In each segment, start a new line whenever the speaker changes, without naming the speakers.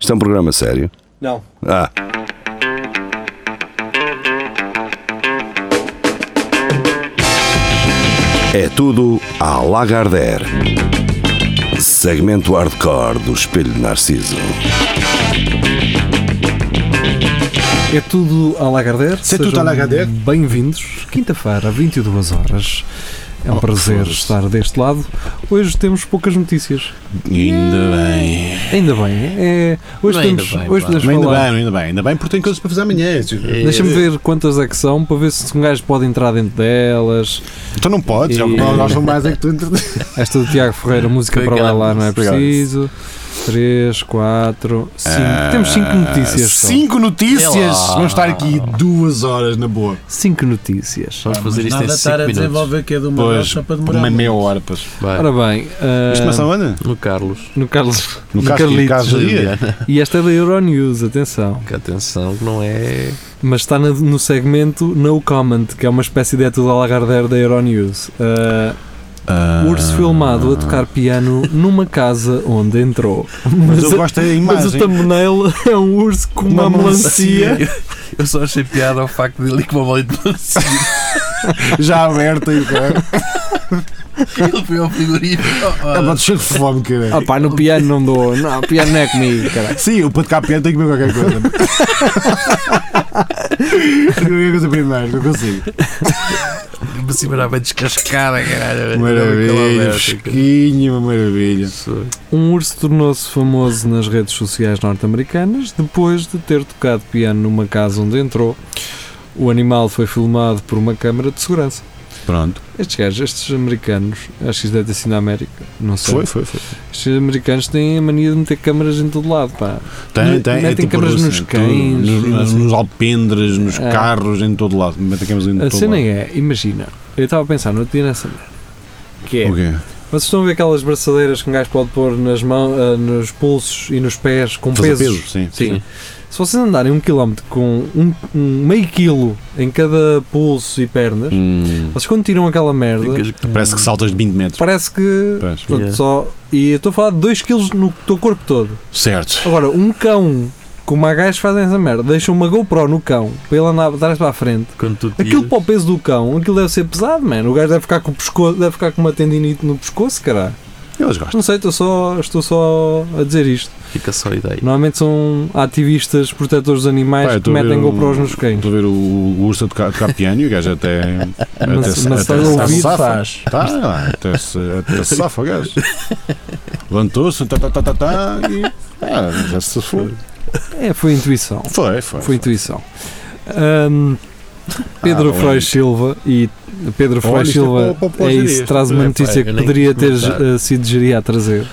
Isto é um programa sério.
Não.
Ah, é tudo à Lagardère. Segmento hardcore do Espelho de Narciso.
É tudo à Lagardère.
É tudo
Sejam
à Lagardère.
Bem-vindos. Quinta-feira, 22 horas. É um
Oh,
prazer estar deste lado. Hoje temos poucas notícias.
Ainda bem.
Ainda bem. É... Hoje,
Ainda
temos...
bem,
hoje podemos
Ainda
falar.
bem, ainda bem, ainda bem, porque tem coisas para fazer amanhã.
Deixa-me ver quantas é que são para ver se um gajo pode entrar dentro delas.
Tu não podes, é o que nós nós somos mais é que tu
Esta do Tiago Ferreira, música
Foi
para
aquela
lá, não é
música.
preciso. 3, 4, 5. Temos 5 notícias. só.
Ah, Cinco
É
notícias!
lá.
Vão estar aqui duas horas na boa.
Cinco notícias.
Vamos fazer isto
Nada
em
estar
5
a
minutos.
desenvolver que é de uma hora
Pois,
só para demorar.
uma
muito.
meia hora. Pois.
Vai.
Ora bem, ah,
Isto começa onde?
No Carlos.
no Carlos.
No
no
caso
Carlitos.
no caso do dia.
E esta é da Euronews, atenção.
Que atenção, que não é.
Mas está na- no segmento No Comment, que é uma espécie de etudo alagardeiro da Euronews. Ah, urso filmado a tocar piano numa casa onde entrou.
Mas
Mas,
eu gosto da
mas o
imagem.
thumbnail é um urso com uma,
Uma assim.
melancia.
Eu só achei piada ao facto de ele com uma bola de melancia.
Já aberta e cara.
Ele foi ao frigorífico.
Ah, mas cheio de fome, cara.
Ah pá, no piano não dou. Não, piano não é comigo, caralho.
Sim, o pato capiano tem que comer qualquer coisa. Qualquer coisa primeiro, não consigo.
Por cima já vai descascada, caralho.
Maravilha, fresquinho, uma maravilha.
Um urso tornou-se famoso nas redes sociais norte-americanas depois de ter tocado piano numa casa onde entrou. O animal foi filmado por uma câmara de segurança.
Pronto.
Estes gajos, estes americanos, acho que isso deve ter sido na América, não sei.
Foi, foi, foi.
Estes americanos têm a mania de meter câmaras em todo lado, pá.
Tem,
Me-
tem.
metem câmaras
assim,
nos
tudo,
cães,
nos-
e não
Nos,
sei.
alpendres, nos
É.
carros, em todo lado. Metem câmaras em
A
todo
cena
lado.
é, imagina, eu estava a pensar no outro dia nessa merda. Que é,
O quê?
vocês estão a ver aquelas braçadeiras que um gajo pode pôr nas mãos, ah, nos pulsos e nos pés com
Fazer
pesos?
peso, sim.
Sim. Se vocês andarem um quilómetro com um, um meio quilo em cada pulso e pernas, vocês quando tiram aquela merda,
Parece Hum. que saltas de 20 metros.
parece que.
Parece.
Portanto,
Yeah.
só, e eu estou a falar de 2 quilos no teu corpo todo.
Certo.
Agora, um cão, como há gajos que fazem essa merda, deixam uma GoPro no cão para ele andar atrás para a frente.
Quando tu
Aquilo
tiras-
para o peso do cão, aquilo deve ser pesado, mano. O gajo deve ficar com o pescoço, deve ficar com uma tendinite no pescoço, caralho.
Eles gostam.
Não sei, estou só, estou só a dizer isto.
Fica só a ideia.
Normalmente são ativistas protetores de animais
Pá, eu
que
estou a ver
metem
o-
GoPros nos cães.
Estou a ver o, o urso a tocar, tocar piano e o gajo até. até
Mas-
se-
mas
até
estás a
se
ouvir,
safa.
faz.
Tá, lá, até se, até se safa o gajo. Levantou-se, tá, tá, tá, tá, tá, e. Ah, já se foi.
É, foi intuição.
Foi, foi.
Foi intuição. Ahm, Pedro
Ah, bom.
Freire Silva e Pedro
Olha,
Freire
isto é
Silva
para- para- para
é
gerir
isso,
isto.
traz uma
É, pá,
notícia
eu
que
nem
poderia ter
comentar.
eh, sido geria a trazer.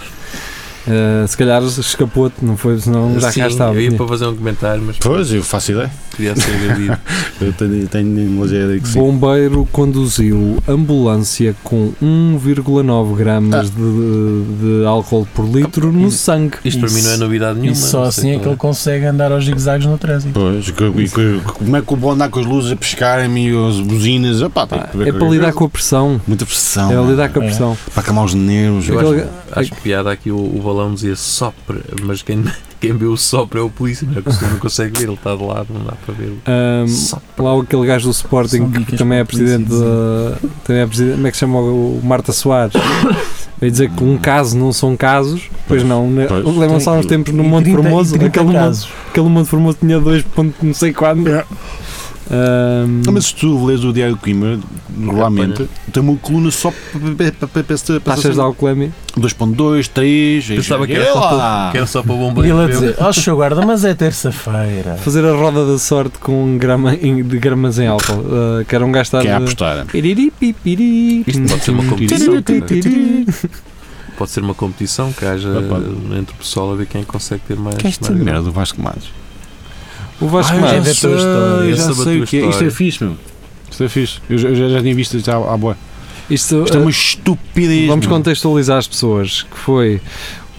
Eh, se calhar escapou-te, não foi? Senão já
Sim,
cá estava.
né?
eu ia para fazer um comentário, mas
Pois, eu faço ideia.
queria ser agredido.
Eu tenho, tenho uma ideia que sim.
Bombeiro conduziu ambulância com 1,9 gramas de, de álcool por litro no sangue.
Isto para mim não é novidade nenhuma.
E só
não
assim
sei
é que
como
ele consegue andar aos zigue-zagues no trânsito.
Pois, que- que- que- como é que o bom andar com as luzes a pescarem-me e as buzinas? Opá, tem
Pá,
que ver
é para lidar com a pressão.
Muita pressão.
É lidar É com a
É.
pressão.
Para acalmar os nervos.
Eu
Aquele-
acho, é. acho piada aqui o, o balão dizia sopra, mas quem, quem vê o sopra é o polícia, não é? Porque tu não consegue ver, ele está de lado, não dá para ver.
Hum,
Ahm,
Sopra.
Lá o aquele gajo do Sporting
São
que
dicas
também é
para a polícia
presidente da. Também é presidente. Como é que se chama o, o Marta Soares? Veio dizer que um caso não são casos, pois não. né?
Pois.
Lembram-se há uns
Tem
tempos no
E
Monte
30
Formoso,
e 30
aquele monte,
casos.
aquele Monte Formoso tinha 2 pontos não sei quando.
É.
Ahm,
Mas se tu lês o Diário de Coimbra, regularmente, tem uma coluna só para- para- para- para esta- para
taxas de
esta-
alcoolemia.
2.2, 3.
Pensava que era,
é
só
lá.
para, que era só para o
ah. E
bombeiro.
ele a
ver.
dizer: Ó, seu guarda, mas é terça-feira.
Fazer a roda da sorte com um grama em- de gramas em álcool. ah, que era um gastar.
Que é a apostar.
Isto pode
Uhum.
ser uma competição,
é?
cara.
Isto
pode ser uma competição que haja
Ah, pode.
eh, entre o pessoal a ver quem consegue ter mais.
Que é esta
mais-
merda do Vasco Matos?
O Vasco
é
Ah, eu já
é
Matos.
vi- tua história, é
já
sobre a
sei
tua
o que é. Isto é
história.
fixe, meu. Isto é fixe. Eu, já- eu já, já tinha visto isto à, à boa.
Isto,
Isto é
ah,
uma estupidez.
Vamos
meu.
contextualizar as pessoas, que foi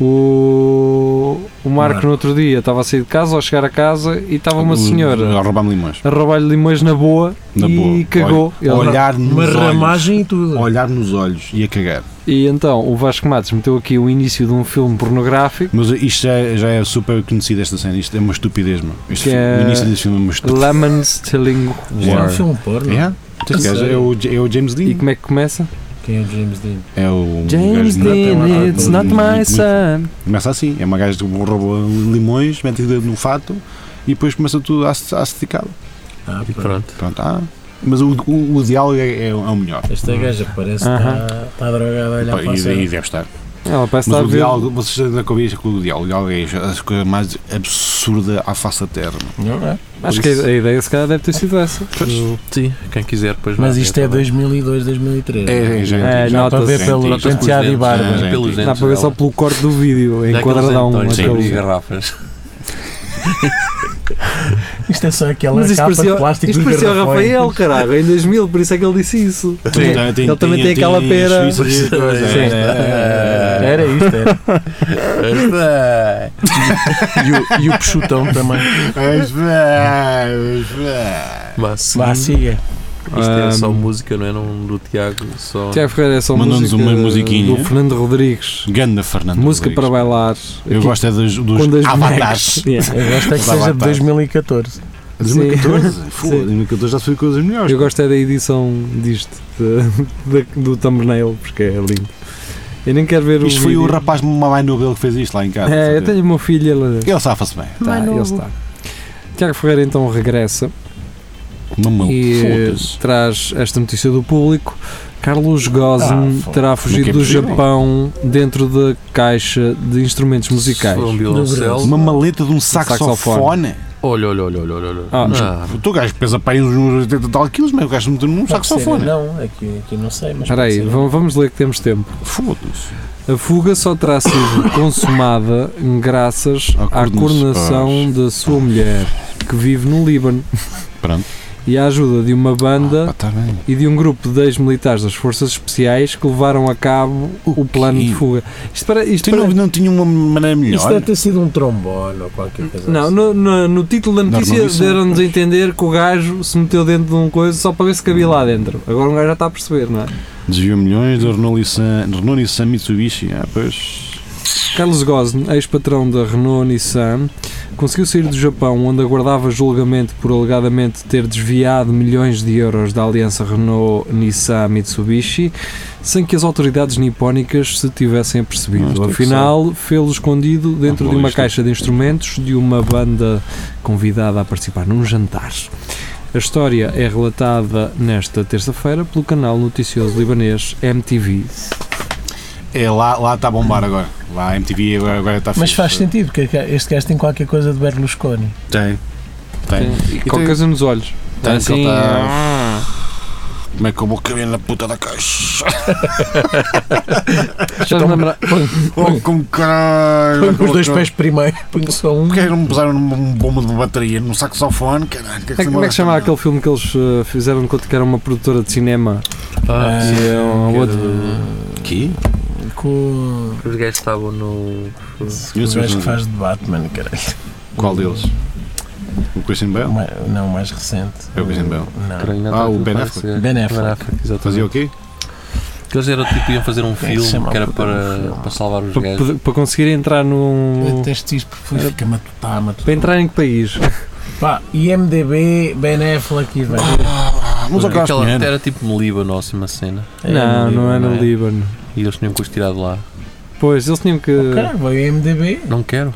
O, o Marco,
Marco.
no outro dia estava a sair de casa, ao chegar a casa, e estava uma senhora
A roubar limões.
a roubar-lhe limões na boa
Na
e
boa.
cagou. Ele-
Olhar nos
Uma
olhos.
ramagem e tudo.
Olhar nos olhos e a cagar.
E então o Vasco Matos meteu aqui o início de um filme pornográfico,
Mas isto já, já é super conhecido esta cena. Isto é uma estupidez, mano. Isto
Que
fi-
é-
O início deste filme é uma estupidez.
Lemons Telling
Já é um
War.
filme porno.
Yeah? Este gajo é o, é o James
E
Dean.
como é que começa?
Quem é o James Dean?
É o
James
gajo muito- muito-
Dean, it's not my
muito-
son.
Começa assim, é uma gaja que rouba limões, mete o dedo no fato e depois começa tudo a se- a se esticá-lo.
Ah,
E
pronto.
pronto.
Pronto, ah, mas o, o, o diálogo é, é o melhor.
Esta gaja parece que
Aham.
está está drogada a olhar
Pá,
para a
E, e
cena.
deve estar.
Ela parece estar
Mas
a
o
ver.
diálogo, vocês não convivem com o diálogo. O diálogo é a coisa mais absurda à face da terra. mano.
Não é?
Acho que a ideia se calhar deve ter sido essa.
Sim, quem quiser depois
Mas
vai
isto
ver
é
também.
2002, 2003.
É, é, gente,
É,
já
nota-se.
Para ver pelo
Nota-se
pelos
penteado e
dentes,
barba.
é, pelos
Sim.
dentes
né? Dá para ver só
dela.
pelo corte do vídeo,
é
enquadra
Daqueles
dá um.
dentões,
aquele-
sim, de garrafas.
Isto é só aquela
Mas isto
capa de
parecia,
plástico
isto
do
parecia o
garrafões.
Rafael, caralho, em 2000, por isso é que ele disse isso.
Tem-
Ele também tem aquela pera.
isso, isso, isso,
Sim.
é, é, é, é.
Era isto, era.
Mas
E o, e o Peixotão também.
Mas vai, mas vai.
Vá, siga.
Isto é só
Ahm,
música, não é? Não do Tiago, só.
Tiago Ferreira é só
Mandou-nos
música
uma musiquinha.
do Fernando Rodrigues.
Ganda Fernando.
música para
Rodrigues.
bailar.
Eu
Aqui,
gosto é dos,
com
dos
dois
avatares.
bonecos. Yeah.
Eu gosto é que
Vá, vá,
seja de
tá.
2014.
2014? Foda-se,
Sim.
2014 já foi coisas melhores.
Eu gosto é da edição disto, de- de- do thumbnail, porque é lindo. Eu nem quero ver o.
Isto foi
vídeo.
o rapaz mais Nobel que fez isto lá em casa.
É, eu tenho uma filha, ela.
Ele safa-se bem.
Tá, ele está. Tiago Ferreira então regressa
Mamão.
e eh,
Foda-se.
traz esta notícia do público. Carlos Gozin
Ah,
terá
Como
fugido
é que é
do
possível?
Japão dentro da caixa de instrumentos musicais.
Um
Uma
violoncelo.
maleta de um saxofone.
Olha, olha, olha, olha, olha, olha.
Ah, mas-
Ah,
O teu gajo pesa para aí uns 80 e tal quilos, mas o gajo meteu num saxofone.
Não, é aqui, aqui não sei, mas.
Espera aí,
pode ser.
vamos, vamos ler que temos tempo.
Foda-se.
A fuga só terá sido consumada graças
À
à
coordena-
coronação da sua mulher, que vive no Líbano,
Pronto.
e à ajuda de uma
Ah,
banda
pá, tá bem.
e de um grupo de ex-militares das Forças Especiais que levaram a cabo o plano de fuga. Isto para. Isto
Isto não,
para
não tinha uma maneira
Isto
é
melhor.
deve ter sido um trombone ou qualquer coisa
não,
assim.
no, no- no título da notícia
Normal isso.
deram-nos a entender que o gajo se meteu dentro de um coisa só para ver se cabia lá dentro. Agora o gajo já está a perceber, não é?
Desviou milhões de Renault e Nissan- Renault e Nissan Mitsubishi. Ah, pois.
Carlos Gosn, ex-patrão da Renault Nissan, conseguiu sair do Japão, onde aguardava julgamento por alegadamente ter desviado milhões de euros da aliança Renault-Nissan-Mitsubishi, sem que as autoridades nipónicas se tivessem
Não,
apercebido.
isto é
Afinal, fê-lo escondido dentro
Ah,
de
bom,
uma
isto é-
caixa de instrumentos de uma banda convidada a participar num jantar. A história é relatada nesta terça-feira pelo canal noticioso libanês MTV.
É, lá lá está a bombar agora. Lá a MTV agora, agora está
Mas
fixe.
faz sentido, porque é este gajo tem qualquer coisa de Berlusconi.
Tem. Tem.
E qualquer
tem-
coisa nos olhos.
Tem, que ele
Assim,
está. Como é que eu vou caber na puta da caixa? Então,
Estás-me a lembrar-
Oh, como caralho!
Põe
como
os dois
caralho.
pés primeiro, põe só um.
Porquê é que não me puseram numa bomba de bateria, num saxofone? Caralho, que
Como
tá
é que- como é que se chamava aquele filme que eles eh, fizeram de conta que era uma produtora de cinema?
ah,
Ah,
sim,
é um
que
outro-
era-
Aqui?
Com
que Os gajos estavam no.
o
Isso
gajo
mesmo.
que faz de Batman, caralho.
Qual deles? O Christian Bale?
Ma- Não, mais recente.
É o Christian Bale.
Não.
Caralho, não
Ah,
está
o
tudo
Ben
para
Affleck.
é
ser.
Ben Affleck.
exatamente.
Fazia o quê?
Que eles eram tipo, iam fazer um
que se
filme
chama
que era
o puta do
para,
filme?
para salvar os
Para,
gajos.
poder- para conseguir entrar no.
Teste isto porque
Era-
fica matutá, matutá.
Para entrar em que país?
Pá, IMDB, Ben Affleck e vai.
Vamos ao
Aquela-
Carlos Pinheiro.
Era tipo no Líbano, assim, uma cena.
não, não é no
livro.
Líbano.
E eles tinham que os tirar de lá.
Pois, eles tinham que.
Caralho, vai o IMDB.
Não quero.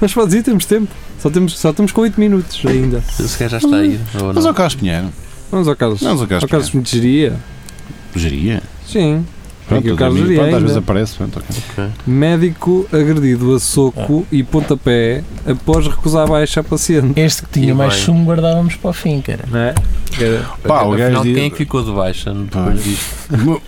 Mas podes ir, temos tempo. Só temos, só estamos com 8 minutos ainda.
Esse gajo já está aí. Ou
Vamos
não?
ao é Carlos Pinheiro.
Vamos ao Carlos.
Vamos ao
ao Carlos
Carlos Pinheiro.
Meteoria.
Geria?
Sim. Aqui
Pronto,
o Carlos Geria.
pronto, às vezes
ainda.
é- aparece. Pronto, ok.
Médico agredido a soco e pontapé após recusar baixa a paciente.
Este que tinha
E
mais
bem.
sumo guardávamos para o fim, cara.
Não é?
Pá, Ah, o
Afinal,
gajo diz-
quem é que ficou de baixa?
Pá.
Depois disto?
O meu-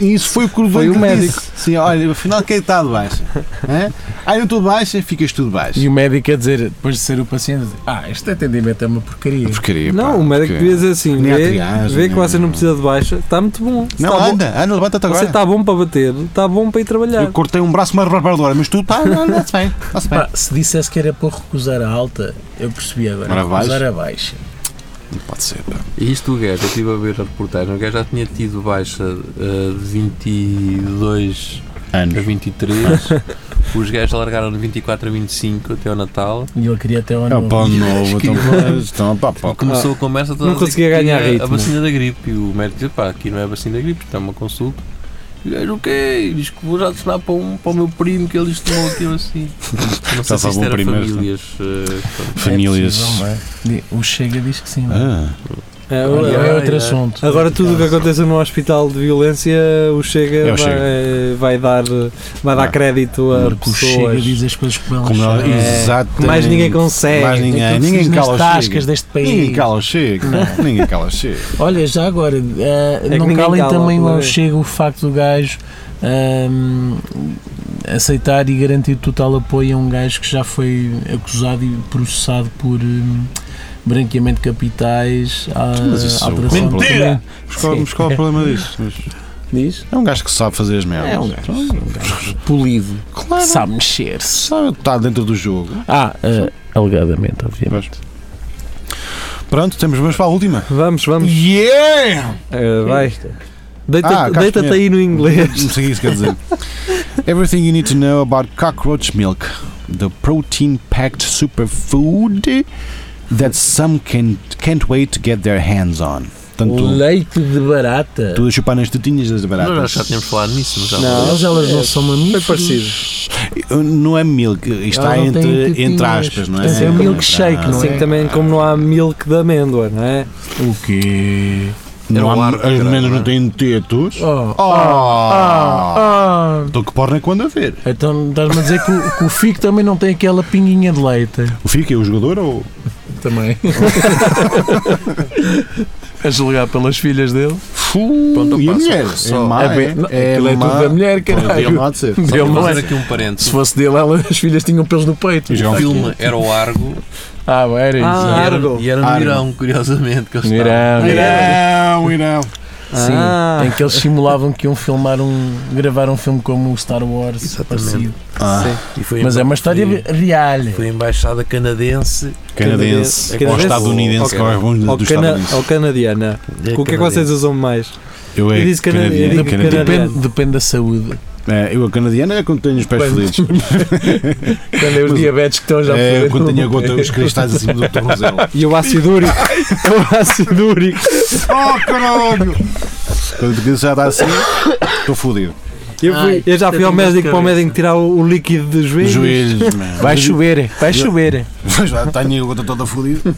E isso foi o corredor
Foi o
que lhe
médico.
disse. Sim, olha, afinal quem é está de baixa? Hã? Ah, eu estou de baixa, ficas tudo de baixa.
E o médico a dizer, depois de ser o paciente, dizer, ah, este atendimento é uma porcaria.
Porcaria, pá,
Não, o médico
porque-
devia dizer assim:
Nem há
vê,
triagem,
vê que
nem-
você não precisa de baixa, está muito bom. Se
Não,
tá bom-
anda, anda, levanta-te agora.
Você está bom para bater, está bom para ir trabalhar.
Eu cortei um braço com uma rebarbadora, mas tu tá, está, está-se bem, está-se bem.
Pá, se dissesse que era para recusar a alta, eu percebi agora.
Ora, vais.
recusar a baixa.
Não pode ser, pá.
E isto o gajo, eu estive a ver a reportagem, o gajo já tinha tido baixa eh, de 22 a
Anos.
23, os gajos largaram de 24 a 25 até ao Natal.
E ele queria até um o
É o
ano
pão
novo.
novo, então, pá, então, pá, pá.
Começou a conversa toda
Ah, não
a dizer
conseguia
que
ganhar
tinha
ritmo.
A vacina da gripe. E o médico diz: pá, aqui não é a vacina da gripe, isto é uma consulta. E o gajo, ok, diz que vou já telefonar para, um, para o meu primo que eles tomou aquilo assim. Não sei se
Estava
isto
bom
era
primeiro,
famílias. eh, pronto.
Famílias.
É possível, não é? O Chega diz que sim. não é?
Ah,
É,
Olha,
Olha,
agora-
é outro
olha.
assunto.
agora, tudo o que aconteça no hospital de violência, o Chega,
É o
vai, vai dar, vai dar
Ah.
crédito a
Porque o Chega
pessoas
diz as coisas como elas
como
são.
ela-
É,
exatamente.
que mais ninguém consegue.
Mais ninguém,
Aquilo que se
ninguém
diz nas
cala o
tascas
chega.
deste país.
Ninguém cala o chega. Ninguém cala o chega.
Olha, já agora, eh,
É que
não
ninguém
calem
cala,
também
tudo
ao
bem.
chega o facto do gajo ahm, aceitar e garantir total apoio a um gajo que já foi acusado e processado por hum, branqueamento de capitais à,
Mas isso
à
é um
operação
problema.
Mentira!
Mas qual, mas qual é o problema disto? Mas
Diz?
É um gajo que sabe fazer as merdas.
É um gajo, um gajo polido,
Claro.
sabe mexer-se.
Sabe, está dentro do jogo.
Ah, eh, alegadamente, obviamente.
Pronto, temos mais para a última.
Vamos, vamos.
Yeah!
Eh, vai.
Ah,
Deita-te
cá
deita-te
escolher.
aí no inglês.
Não sei o que isso quer dizer. Everything you need to know about cockroach milk, the protein-packed superfood that some can, can't wait to get their hands on.
Então.
Portanto,
Leite de barata.
tu a chupar nas tetinhas das baratas.
Nós já tínhamos falado nisso, mas já
Não.
Mas elas não
É,
são mamíferos.
foi parecido.
Não é milk, isto
Elas
está
não têm
entre,
tetinhas.
entre aspas, não é?
Portanto, é um milkshake, não
Assim
é?
que também, como não há milk de amêndoa, não é?
O quê?
Não
Era o
há,
ar,
as meninas
caralho.
não têm tetos.
é? Oh,
Oh!
Ah,
Estou que porno é quando a ver.
Então estás-me a dizer que o, que o Fico também não tem aquela pinguinha de leite.
O Fico é o jogador ou.
Também. a julgar pelas filhas dele.
Fu,
Pronto,
e a
passa.
mulher? É
Só-
má,
É bem- não, aquilo é
má.
tudo da mulher,
Pois,
caralho.
ele há de ser.
Só
Dele
para
não é.
fazer aqui um
Se
parênteses.
fosse dele, ela, as filhas tinham pelos no peito.
E já
O
um
filme era o Argo
Ah, bom, era isso.
Ah,
e era,
Argo.
e era no
Argo.
Irão, curiosamente. Que eles
No
estavam.
Irão.
Irão, Irão.
Sim,
Ah.
em que eles simulavam que iam filmar um. gravar um filme como o Star Wars.
Exatamente.
parecido.
Ah,
Sim.
E foi
Mas é uma história
Foi,
real.
foi a embaixada canadense.
Canadense.
Canadense.
Ou estadunidense,
Ok.
qual é o bom
Ou,
dos
cana-
Estados
ou
Unidos?
canadiana. Com o que é que vocês usam mais?
Eu é
eu disse cana- eu
canadiano,
digo cana-
canadiano.
Depende, depende da saúde.
É, Eu a canadiana é quando tenho os pés
Bem,
fodidos.
Quando é os
Mas-
diabetes que estão já a
É
foder.
quando tenho a gota, os cristais acima do tornozelo.
E o ácido úrico? o ácido úrico.
Oh, caralho! Quando aquilo já dá assim, estou fodido.
Eu, fui-
Ai,
eu já fui ao
tadinho das
médico para o
cabeças.
médico tirar o, o líquido dos joelhos.
Joelhos, mano.
Vai chover, vai chover.
Pois já tenho a gota toda fodida.
Uma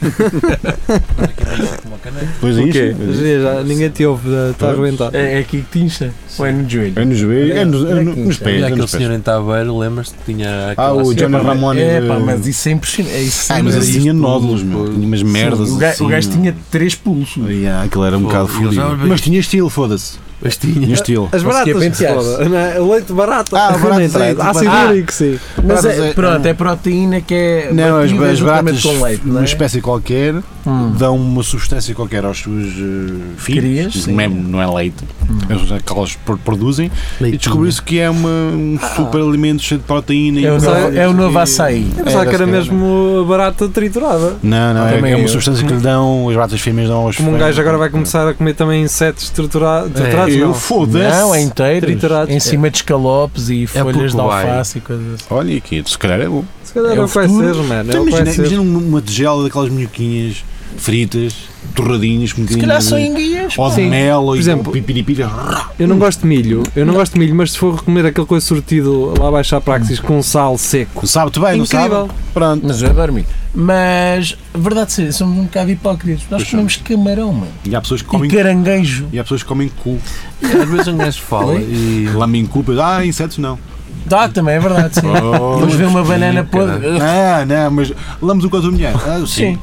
caneta.
Pois é
O quê?
isso.
Já- ninguém te ouve, está arrebentado.
É, aqui que tincha. Ou é no joelho?
É nos joelhos, é nos, é no-
Aqui,
nos pés.
E
É
aquele
nos
senhor
pés.
em Taveiro, lembras-te que tinha
Ah,
aquela
o
cena-
Johnny Ramone.
É
de-
pá, mas isso é impressionante. É isso
Ai, mas
é
ele
isto
tinha nódulos,
tudo,
meu.
pô.
Tinha umas merdas.
o, gajo, o gajo
assim.
tinha três pulsos.
Yeah, aquilo era um
Pô,
bocado
eu
fodido.
já olhei.
Mas tinha estilo, foda-se.
Mas tinha.
Tinha estilo.
As
Conseguia
baratas que se
pentear-se.
foda, não é? Leite barato.
Ah, barato,
Nem traz.
leite,
Ácido
barato.
úrico, sim.
É Mas
Baratas
é,
é-
pronto, é proteína que é.
Não, as,
batida
as
juntamente
baratas,
com leite, não
uma
é?
espécie qualquer,
Hum.
dão uma substância qualquer aos seus eh,
Crias,
filhos.
sim. Hum.
Não é, não é leite. É uma substância que elas pro- produzem. E descobriu-se que é uma, um super alimento cheio de proteína. e
Ah. É o
coisa,
novo- é o
não sei
novo
quê.
açaí.
Eu pensava
Era,
que era
se calhar,
mesmo a barata triturada.
Não, não, é,
Ah, Também
é uma
eu.
substância que lhe dão, as baratas fêmeas dão aos
Como um
fêmeas.
gajo agora vai começar a comer também insetos triturados. triturados,
Eu
não.
foda-se.
Não, é inteiro.
Triturados.
Em cima de escalopes e
É
folhas de
porque vai.
alface e coisas assim.
Olha aqui, se calhar é bom.
Se calhar
É
é
o
o que vai
futuro.
ser, mano. É
Então
o que vai
imagina,
ser.
imagina uma tigela daquelas minhoquinhas fritas, torradinhas, com um
Se
bocadinho
calhar
de-
são enguias.
ou de
Sim.
mel, ou
Por exemplo,
pipiripira.
Eu não gosto de milho. Eu não gosto de milho, mas se for comer aquele coisa sortido lá baixo à praxis com sal seco.
Sabe-te bem, não
Incrível.
sabe? Pronto.
Mas é eu adoro milho. Mas, verdade seja, somos um bocado hipócritas. Nós
Pois
comemos camarão, mano.
E há pessoas que
E
comem,
caranguejo.
e há pessoas que comem cu.
Às vezes um gajo fala e.
Lamem cu, pois, ah, insetos não.
Dá também, é verdade, sim.
Oh, né?
Vamos ver uma
sim,
banana
caralho.
podre.
Ah, não, mas lamos o cu à tua mulher. Ah, sim.
Sim.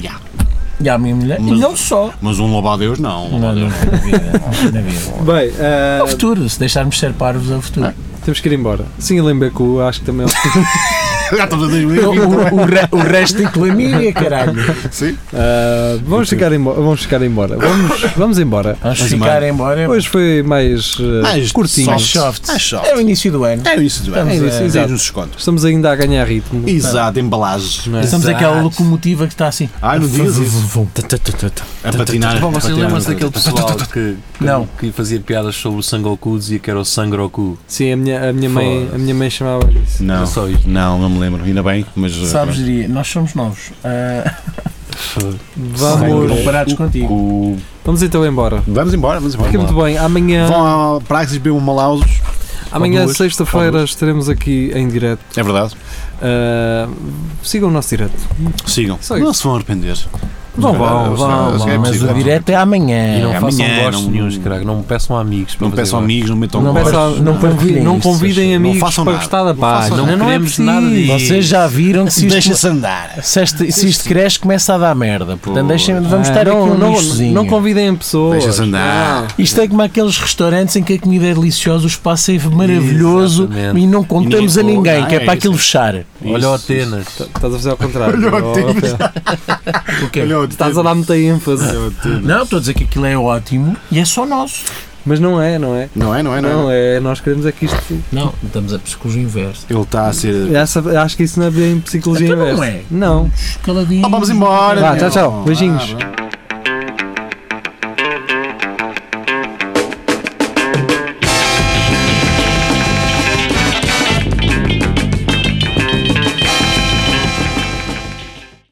Yeah.
E à minha mulher.
Mas-
E não só.
Mas um louvo a Deus não. Um louvo a
Não, não,
Deus.
na vida, não, na vida.
Bem, ah,
Ao futuro, se deixarmos ser parvos ao
Ah.
futuro.
temos que ir embora. Sim, Lembeco, acho que também é o futuro.
Já estamos a
O,
2020.
o, o re- o resto é clamídia, caralho.
Sim.
Ah, vamos, ficar embora, vamos ficar embora. Vamos, vamos embora.
Vamos
Mas,
ficar embora.
Hoje foi mais, ah,
Mais
curtinho.
soft.
mais soft.
Mais soft.
É o início do ano.
É isso, de bem.
Estamos
É
a-
isso, é
exato.
nos descontos.
Estamos ainda a ganhar ritmo.
Exato, embalagens. não é?
Estamos
Exato.
aquela locomotiva que está assim.
Ai, não digas isso. A patinar.
Bom, vocês
a patinar.
lembram-se daquele pessoal que, que,
Não.
que fazia piadas sobre o Sangoku, dizia que era o Sangroku?
Sim, a minha, a minha mãe, a minha mãe chamava isso.
Era
Não,
só isto.
não, não me lembro. Ainda bem, mas. uh,
Sabes, diria, nós somos novos. Ah,
Vamos,
comparados contigo.
o-
vamos então embora.
Vamos embora, vamos embora.
Fica muito bem. Amanhã,
Vão à Praxis beber um malausos.
amanhã
duas, ou
sexta-feira, estaremos aqui em direto.
É verdade.
Ah, sigam o nosso direto.
Sigam.
Só
Não
isso.
se vão arrepender.
Não vão, vão,
não,
vão.
é
Mas
possível.
o direto é
E não
amanhã.
façam
amanhã,
gostos
não-
nenhuns, caralho. Não me peçam amigos. para
Não
fazer
peçam
gostos.
amigos, não metam
Não
gostos.
peçam- não partilhem
não
isso,
convidem
não
amigos
façam
para
nada.
gostar da
Não
paz.
façam
Não,
nada.
não é
Queremos nada
preciso.
disso.
Vocês já viram que se isto,
Deixa-se andar.
se isto- se isto cresce, começa a dar merda. Portanto, deixem, vamos
Ah,
estar
não,
aqui um
não,
nichozinho.
não convidem pessoas.
Deixa-se andar.
Isto é como aqueles restaurantes em que a comida é deliciosa, o espaço é maravilhoso
Exatamente.
e não contamos
E
a
ninguém-
ninguém, que
Ah,
é,
é
para
isso,
aquilo
isso.
fechar.
Olha o
Isso,
Atenas.
Estás a fazer ao contrário.
Olha o
Oh, Rafael.
O quê?
Olha o
Estás a dar muita ênfase.
Não, estou a dizer que aquilo é ótimo e é só nosso.
Mas não é, não é?
Não é, não é, não é.
Não, é, nós queremos é que isto.
Não, estamos a pescoço inverso.
Ele está a ser.
Essa- acho que isso não é bem psicologia
Então não
inversa.
é.
Não.
Caladinho.
Ah, vamos embora.
Vá, tchau, tchau.
meu.
Beijinhos.
Ah, vá.